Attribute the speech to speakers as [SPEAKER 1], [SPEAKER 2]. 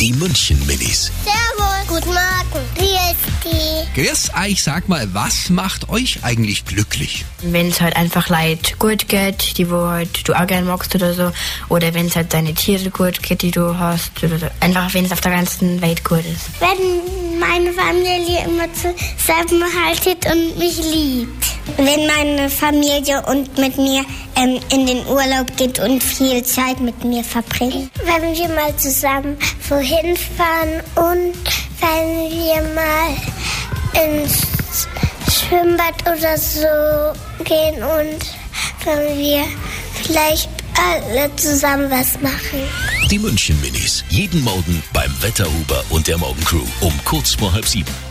[SPEAKER 1] Die München Minis.
[SPEAKER 2] Servus. Guten Morgen. Wie ist die?
[SPEAKER 1] Grüß euch, sag mal, was macht euch eigentlich glücklich?
[SPEAKER 3] Wenn es halt einfach Leid gut geht, die wo halt du auch gern magst oder so. Oder wenn es halt deine Tiere gut geht, die du hast. Oder so. Einfach, wenn es auf der ganzen Welt gut ist.
[SPEAKER 2] Wenn meine Familie immer zusammenhaltet und mich liebt. Wenn meine Familie und mit mir ähm, in den Urlaub geht und viel Zeit mit mir verbringt. Wenn wir mal zusammen wohin fahren und wenn wir mal ins Schwimmbad oder so gehen und wenn wir vielleicht alle zusammen was machen.
[SPEAKER 1] Die München Minis. Jeden Morgen beim Wetterhuber und der Morgencrew um kurz vor halb sieben.